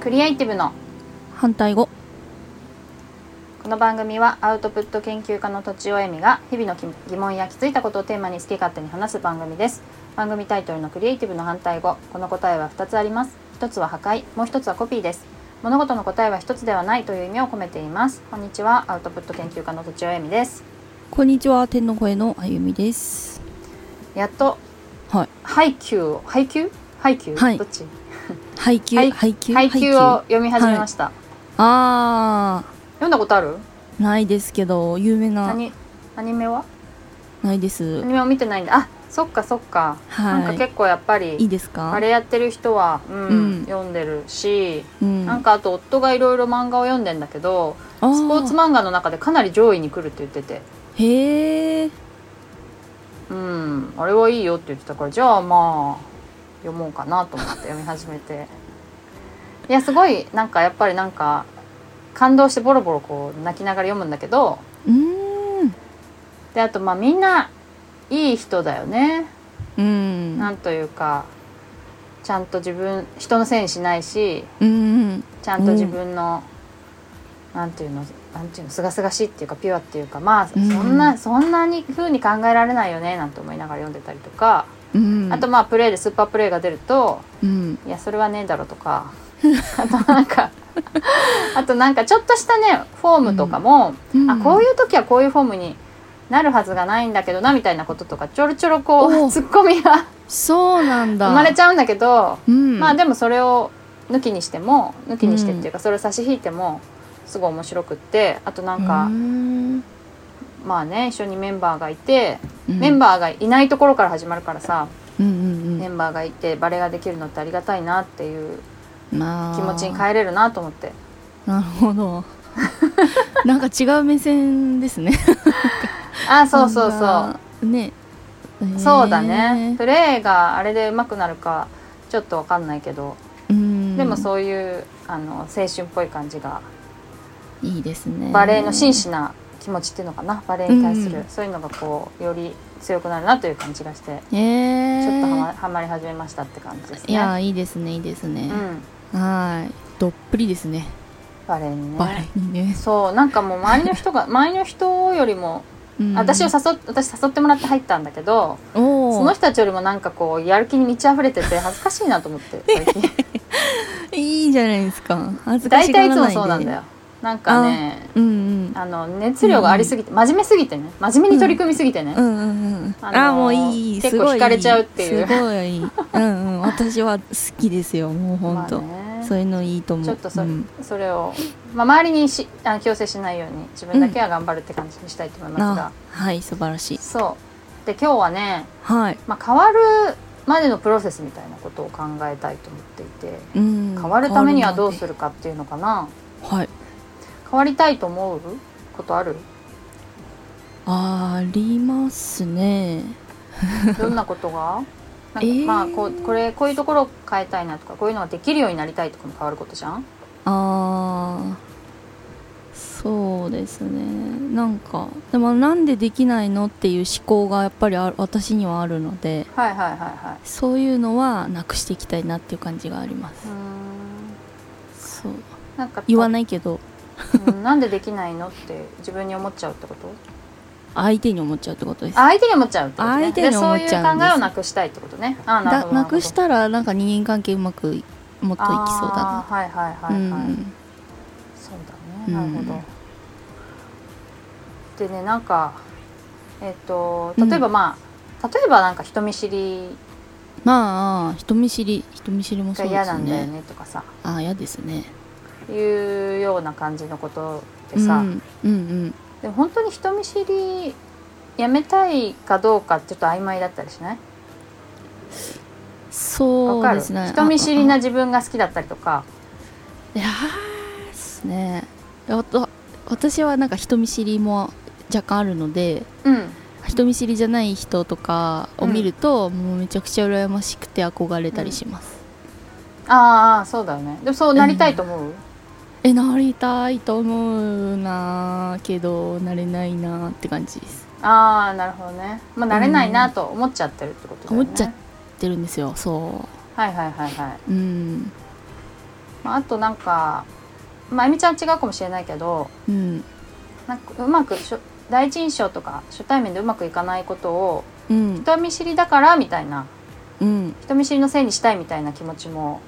クリエイティブの反対語この番組はアウトプット研究家のとちおえみが日々のき疑問や気づいたことをテーマに好き勝手に話す番組です番組タイトルのクリエイティブの反対語この答えは2つあります1つは破壊もう1つはコピーです物事の答えは1つではないという意味を込めていますこんにちはアウトプット研究家のとちおえみですこんにちは天の声のあゆみですやっとはい配給を配給配給、はいどっち配給はい配給配給を読み始めました、あ読んだことあるーないですけど有名な何アニメはないでアすニメを見てないんだあそっかそっか、はいなんか結構やっぱいいりですかあれやってる人は、うんうん読んでるし、うんなんかあと夫がいろいろ漫画を読んでんだけどあスポーツ漫画の中でかなり上位に来るって言ってて、へえうん、あれはいいよって言ってたからじゃあまあ読もうかなと思って 読み始めていやすごいなんかやっぱりなんか感動してボロボロこう泣きながら読むんだけどうーんであとまあみんないい人だよねうんなんというかちゃんと自分人のせいにしないしうんちゃんと自分の、なんていうのなんていうのすがすがしいっていうかピュアっていうかまあそうんんな、そんなに風に考えられないよねなんて思いながら読んでたりとか、うんあとまあプレーでスーパープレーが出るとうんいやそれはねえだろと かあとなんかあとなんかちょっとしたねフォームとかも、あこうういう時はこういうフォームになるはずがないんだけどなみたいなこととかちょろちょろこおううツッコミがんそうなんだ生まれちゃうんだけどうんまあでもそれを抜きにしても抜きにしてっていうかそれを差し引いてもすごい面白くってあとなんか、うーんまあね一緒にメンバーがいて、うんメンバーがいないところから始まるからさ、うんうんメンバーがいてバレーができるのってありがたいなっていううんまあ気持ちに変えれるなと思ってなるほ どなんか違う目線ですねあそうそうそううね、えーそうだねプレーがあれで上手くなるかちょっとわかんないけど、うんでもそういうあの青春っぽい感じがいいですねバレエの真摯な気持ちっていうのかなバレエに対する、うんそういうのがこうより強くなるなという感じがして、えちょっとはまー、はまり始めましたって感じですねいやーいいですねいいですうね、ん、はーいどっぷりですねバレエにねバレエにね、そうなんかもう周りの 人が周りの人よりもうん私を誘っ私誘ってもらって入ったんだけどおーその人たちよりもなんかこうやる気に満ち溢れてて恥ずかしいなと思っ て最近いいじゃないですか恥ずか大しが体いつらもないでそうなんだよなんかねうんうんあの熱量がありすぎて真面目すぎてね真面目に取り組みすぎてね、うんうんうん、ああのーもういいいい結構すごいい惹かれちゃうっていうすごいいい うんうん私は好きですよもまう本あ当、ねそういうのいいと思うちょっとそれ,、うんそれを、まあ、周りにしあの強制しないように自分だけは頑張るって感じにしたいと思いますがあ、はい素晴らしいそうで今日はね、はいまあ、変わるまでのプロセスみたいなことを考えたいと思っていてうん変わるためにはどうするるかっていうのかなはい変わりたいと思うこと あるありますねどんなことがなんか、えーまあこうこれこういうところを変えたいなとかこういうのができるようになりたいとかも変わることじゃんあーそうですねなんかでもなんでできないのっていう思考がやっぱりあ私にはあるのではいはいはいはいそういうのはなくしていきたいなっていう感じがありまうーす、んそうなんか言わい、ないけどうんなんでできないのって自分に思っちゃうってこと相手に思っちゃうってことですあ相手に思っちゃうってことね相手に思っちゃうんですでそういう考えをなくしたいってことねあーなるだほどなくるほどしたらなんか人間関係うまくいもっといきそうだあなーはいはいはいはい、うんそううだねなんるほど、でねなんかえっ、とうん例えばまあ、例えばなんか人見知りまあ人見知り人見知りもがそう嫌ですなんだよねねとかさああ嫌ですねいうような感じのことでさ、うん、うんうんでも本当に人見知りやめたいかどうかってちょっと曖昧だったりしないわそかうるですね人見知りあなあ自分が好きだったりとかいやーですねわた私はなんか人見知りも若干あるのでうん人見知りじゃない人とかを見ると、もうめちゃくちゃ羨ましくて憧れたりします、ああそうだよねでもそうなりたいと思う、えなりたいと思うなーけどなれないなーって感じですああなるほどねまあ慣れないなと思っちゃってるってことだよね思っちゃってるんですよそはいはいはいはううんいまあ、あとなんかまああゆみちゃんは違うかもしれないけどうんなんかうまくしょ第一印象とか初対面でうまくいかないことをうん人見知りだからみたいなうん人見知りのせいにしたいみたいな気持ちも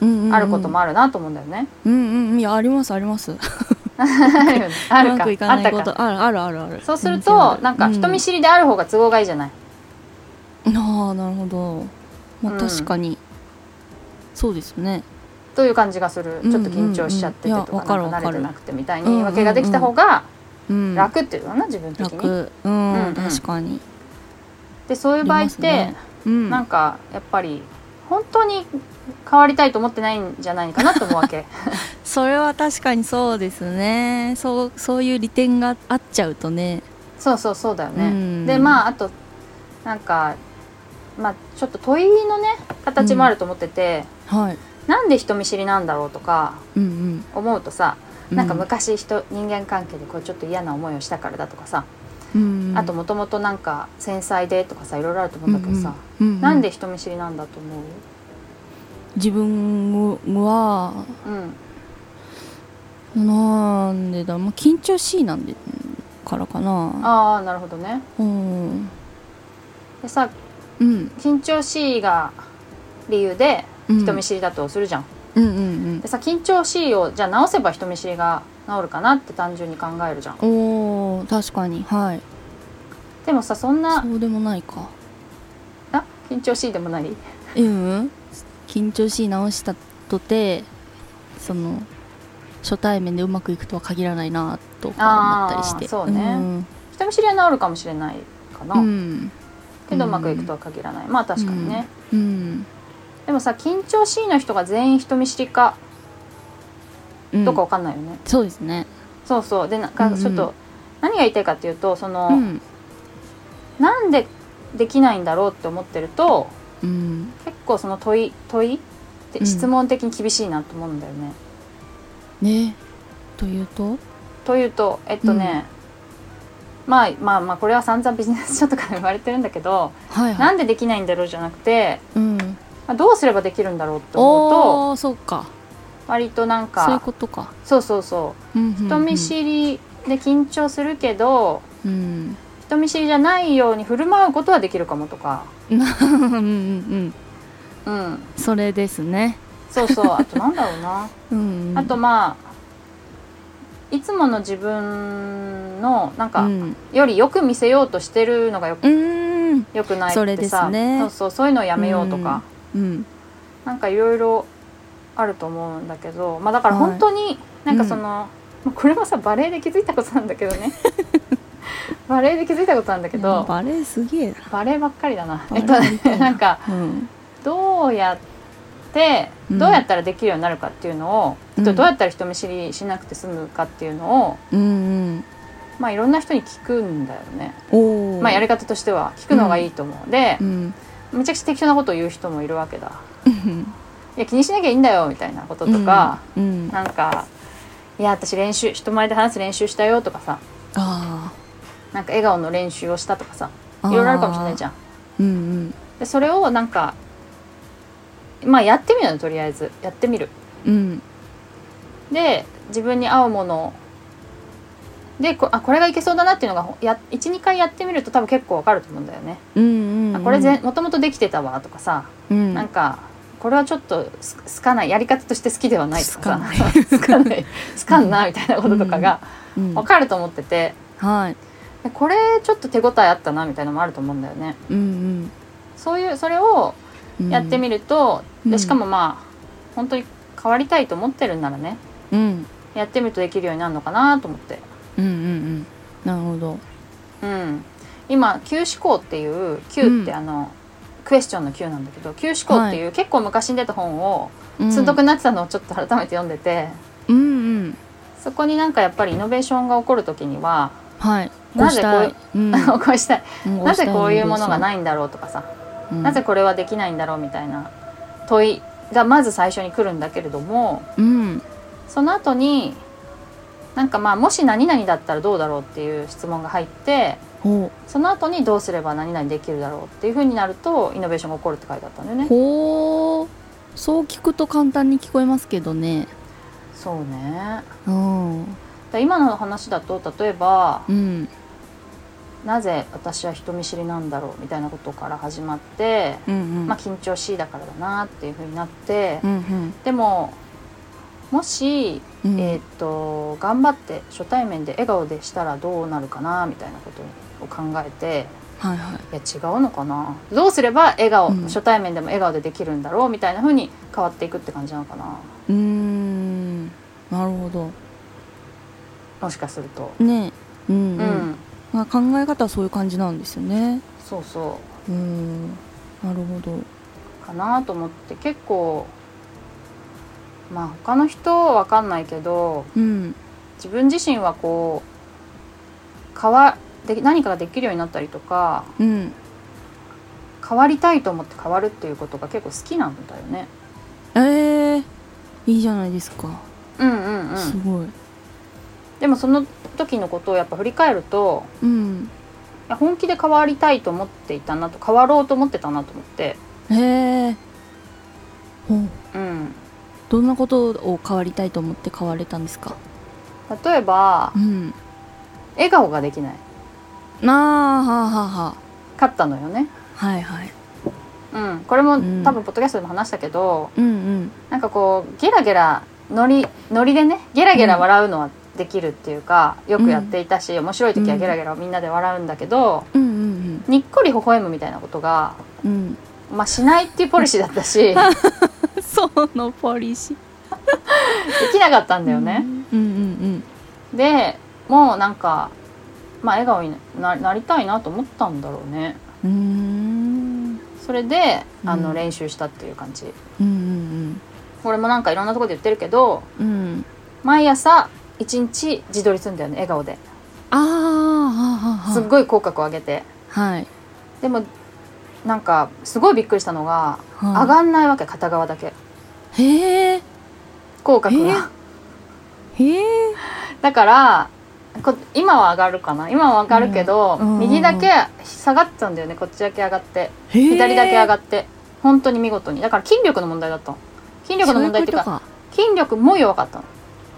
うんうんあることもあるなと思うんだよね。うんうんいやありますあります あるよねあるうまかくいかあなっいたこかとあるあるあるあるそうするとなんか人見知知りである方が都合がいいじゃない、り、うんああなるほどまうあん確かに、そうですねという感じがするうんちょっと緊張しちゃっててうんとうんいやかわかるなんか慣わかれるてなくてみたいにうんうん言い訳ができた方がうん楽っていうのかな自分的に。楽うん、うんうん確かにでそういう場合っありてますねうんなんかやっぱり本当に変わりたいと思ってないんじゃないかなと思うわ け。それは確かにそうですねそうそういう利点があっちゃうとねそうそうそうだようね。んでまああとなんかまあちょっと問いのね形もあると思ってて、はいなんで人見知りなんだろうとかうん思うとさうんなんか昔人人間関係でこうちょっと嫌な思いをしたからだとかさ、うんうんあともともとなんか繊細でとかさいろいろあると思うんだけどさ、うんうんなんで人見知りなんだと思う自分はうんなんでだ、まあ、緊張しいなんでからかなああなるほどねうんでさうん緊張しいが理由でうん人見知りだとするじゃん、うんうんでさ緊張しいをじゃあ直せば人見知りが治るかなって単純に考えるじゃんうんおお確かにはいでもさそんなそうでもないかあ緊張しいでもないうん緊張しい直したとてその初対面でうまくいくとは限らないなとか思ったりしてあーそうねうん人見知りは治るかもしれないかな、うんけどうまくいくとは限らないまあ確かにね、うんでもさ緊張しいの人が全員人見知りかうんどうかわかんないよね、そうですねそうそうでなんかちょっと、うんうん何が言いたいかっていうとその、うんなんでできないんだろうって思ってるとうん結構その問い問いってうん質問的に厳しいなと思うんだよね。ねというとというとえっとね、まあまあまあこれは散々ビジネス書とかでも言われてるんだけど、はいはないんでできないんだろうじゃなくて、うんまあどうすればできるんだろうって思うとおーそうか割となんかそういうことかそうそうそう人見り知りで緊張するけど、うん人見知りじゃないように振る舞うことはできるかもとか、うんうんうんうん、それですねそうそうあとなんだろうな、うんうんあとまあいつもの自分のなんうか、んよりよく見せようとしてるのがようんよくないそっれてでさすねそうそうそういうのをやめようとか、うんなんかいろいろあると思うんだけど、まあ、だから本当になんかその、まあこれもさバレエで気づいたことなんだけど ねバレエで気づいたことなんだけいやどバレエすげえなバレエばっかりだな。えっバとレエみたねいななんかうんどうやってうんどうやったらできるようになるかっていうのを、うんどうやったら人見知りしなくて済むかっていうのを、うんうんまあ、いろんな人に聞くんだよね、おおまあ、やり方としては聞くのがいいと思う、でう、んめちゃくちゃ適当なことを言う人もいるわけだうんいや気にしなきゃいいんだよみたいなこととか、うんあなんかいや私練習人前で話す練習したよとかさあなんか笑顔の練習をしたとかさいーろいろあるかもしれないじゃんうんでそれをなんかまあやってみるのとりあえずやってみるうんうんで自分に合うものでこあこれがいけそうだなっていうのがほや12回やってみると多分結構わかると思うんだよね。うんうんうあんこれぜもともとできてたわとかさ、うんなんかこれはちょっとす好かないやり方として好きではないとかさ好かない好かんなみたいなこととかがうんわかると思っててはいでこれちょっと手応えあったなみたいなのもあると思うんだよね。うんそういうそれをうんやってみると、うんでしかもまあ本当に変わりたいと思ってるんならねうんやってみるとできるようになるのかなと思って。うんうんうんなるほどうん、今「Q 思考」っていう「Q」ってうんあの、クエスチョンの Q なんだけど「Q 思考」っていう、結構昔に出た本を積読になってたのをちょっと改めて読んでて、うんうんそこになんかやっぱりイノベーションが起こる時には、はいなぜこう ういこうしたいうん、なぜこういうものがないいんだろうとかさ、うんなぜこれはできないんだろうみたいな問いがまず最初に来るんだけれどもうんその後になんかまあもし何々だったらどうだろうっていう質問が入ってほその後にどうすれば何々できるだろうっていうふうになるとイノベーションが起こるって書いてあったんだようね。ほうそう聞くと簡単に聞こえますけどねそうねうんだ今の話だと例えばうんなぜ私は人見知りなんだろうみたいなことから始まって、うんまあ、緊張しいだからだなっていうふうになって、うんうんでももし、うんえー、と頑張って初対面で笑顔でしたらどうなるかなみたいなことを考えてはいはいいや違うのかなどうすれば笑顔、うん初対面でも笑顔でできるんだろうみたいなふうに変わっていくって感じなのかなうーんなるほどもしかすると。ねうう、ん、うんんまあ、考え方はそういう感じなんですよねそうそうんなるほどうかなと思って結構まあ他の人は分かんないけどうん自分自身はこう変わで何かができるようになったりとかうん変わりたいと思って変わるっていうことが結構好きなんだよね。えー、いいじゃないですか、うんうんうすん、ごいでもその時のことをやっぱ振り返るとうんいや本気で変わりたいと思っていたなと変わろうと思ってたなと思って、へえー、ほううん、どんなことを変わりたいと思って変われたんですか例えばうん笑顔ができないなあはあはあは勝ったのよね。あはいはいうん、これも、うん多分ポッドキャストでも話したけどうんなんかこうゲラゲラノリノリでねゲラゲラ笑うのはできるっていうか、よくやっていたし面白い時はゲラゲラみんなで笑うんだけど、うんうんにっこり微笑むみたいなことが、うんうんまあ、しないっていうポリシーだった しでそのポリシーきなかったんだよね。うんうんでもうなんか、まあ、笑顔にななりたいなと思ったんだろうね。うんうんそれであうのん練習したっていう感じ。うんうんこれもなんかいろんなところで言ってるけどうんうん毎朝一日自撮りするんだよね笑顔でああはあはあすっごい口角を上げてはいでもなんかすごいびっくりしたのが、はい上がんないわけ片側だけへえ口角が、えーへえだからこ今は上がるかな今は上がるけど、うんうん右だけ下がってたんだよねこっちだけ上がって左左だけ上がっって本当に見事にだから筋力の問題だったの筋力の問題っていうかか筋力も弱かったの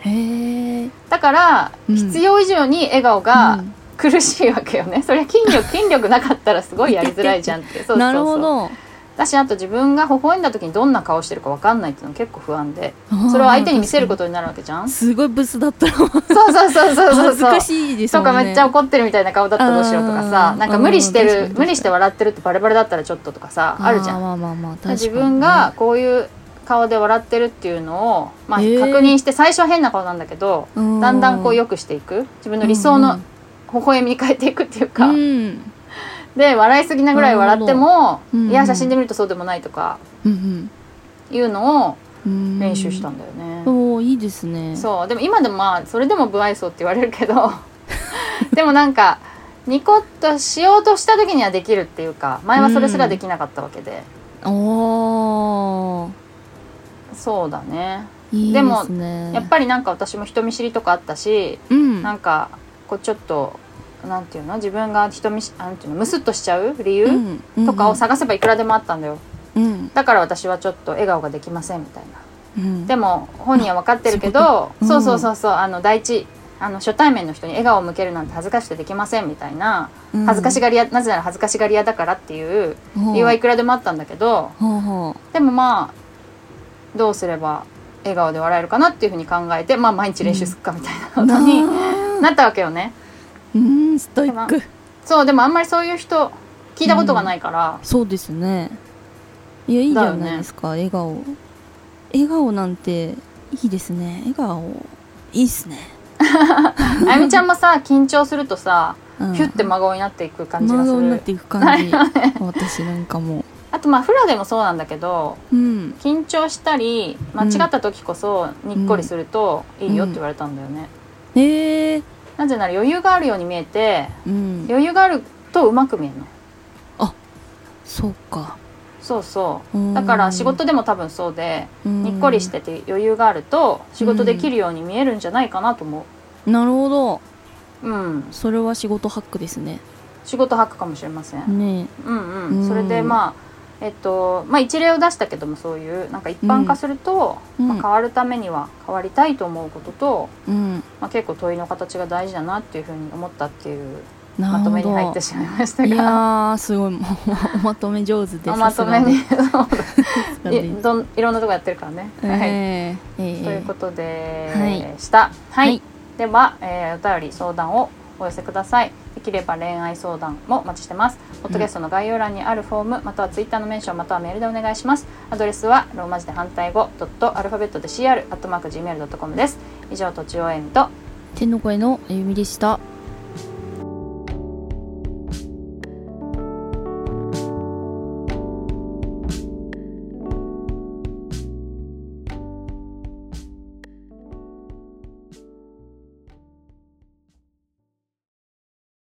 へえだから、うん必要以上に笑顔が苦しいわけよね、それは筋力筋力なかったらすごいやりづらいじゃんってそうそうそうなるほどだしあと自分が微笑んだ時にどんな顔してるか分かんないっていうの結構不安でそれを相手に見せることになるわけじゃんそうすごいブスだったらそうそうそうそう恥ずそうかしいですともんねかめっちゃ怒ってるみたいな顔だったらどうしようとかさうんなんか無理してうん確るかに無理して笑ってるってバレバレだったらちょっととかさあるじゃーんまあまあまあ確かに自分がこういう顔で笑ってるっていうのを、まあ、へ確ー認して最初は変な顔なんだけどだだんだんこう良くしていく自分の理想の微笑みに変えていくっていうか、うんで笑いすぎなぐらい笑っても、うんうんいや写真で見るとそうでもないとかうんいうのをうん練習したんだよね。おおいいですねそうでも今でもまあそれでも不愛想って言われるけ どでもなんかニコッとしようとした時にはできるっていうか前はそれすらできなかったわけで、おーそうだねいいででもすねやっぱりなんか私も人見知りとかあったし、りうんなんかこうちょっとなんていうの自分が人見知なんていうのムスッとしちゃう理う由、んうんとかを探せばいくらでもあったんだようんだから私はちょっと笑顔ができませんみたいなうんでも本人は分かってるけどそういうことうんそうそうそうそうあの第一あの初対面の人に笑顔を向けるなんて恥ずかしくてできませんみたいなうん恥ずかしがり屋なぜなら恥ずかしがり屋だからっていう理由はいくらでもあったんだけどほうほでもまあどうすれば笑顔で笑えるかなっていうふうに考えてまあ毎日練習するかみたいなこうとにな なったわけよね。うんストイックそうでもあんまりそういう人聞いたことがないから、そうですねいやいいじゃないですか、笑顔笑顔なんていいですね笑顔いいっすね、あゆみちゃんもさ緊張するとさうん、ヒュッて真顔になっていく感じ真がす顔になっるていく感じ私なんかもあとまあフラでもそうなんだけどううん緊張したり間違った時こそにっこりするといいよって言われたんだよね、えー、なぜなら余裕があるように見えてうん余裕があるとうまく見えるのそうかそうそううんだから仕事でも多分そうでににっこりしてて余裕があると仕事できるように見えるんじゃないかなと思なるほどううんそれは仕事ハックですね仕事ハックかもしれませんねうんううんんそれでまあえっとまあ、一例を出したけどもそういうなんか一般化すると、うんまあ、変わるためには変わりたいと思うことと、うんまあ、結構問いの形が大事だなっていうふうに思ったっていうなまるとほめに入っどてしまいましたいやが。ーすごいも うおまとめ上手でまあまとめにさすが でいどんいろんなとこやってるからね。えはいえええということではいした。はい。はいでは、えーお便り相談をお寄せください。できれば恋愛相談もお待ちしてます。ポッドキャストの概要欄にあるフォーム、またはツイッターのメンションまたはメールでお願いします。アドレスはローマ字で反対語ドットアルファベットで CR アットマーク gmail ドットコムです。以上とちおえみと天の声のあゆみでした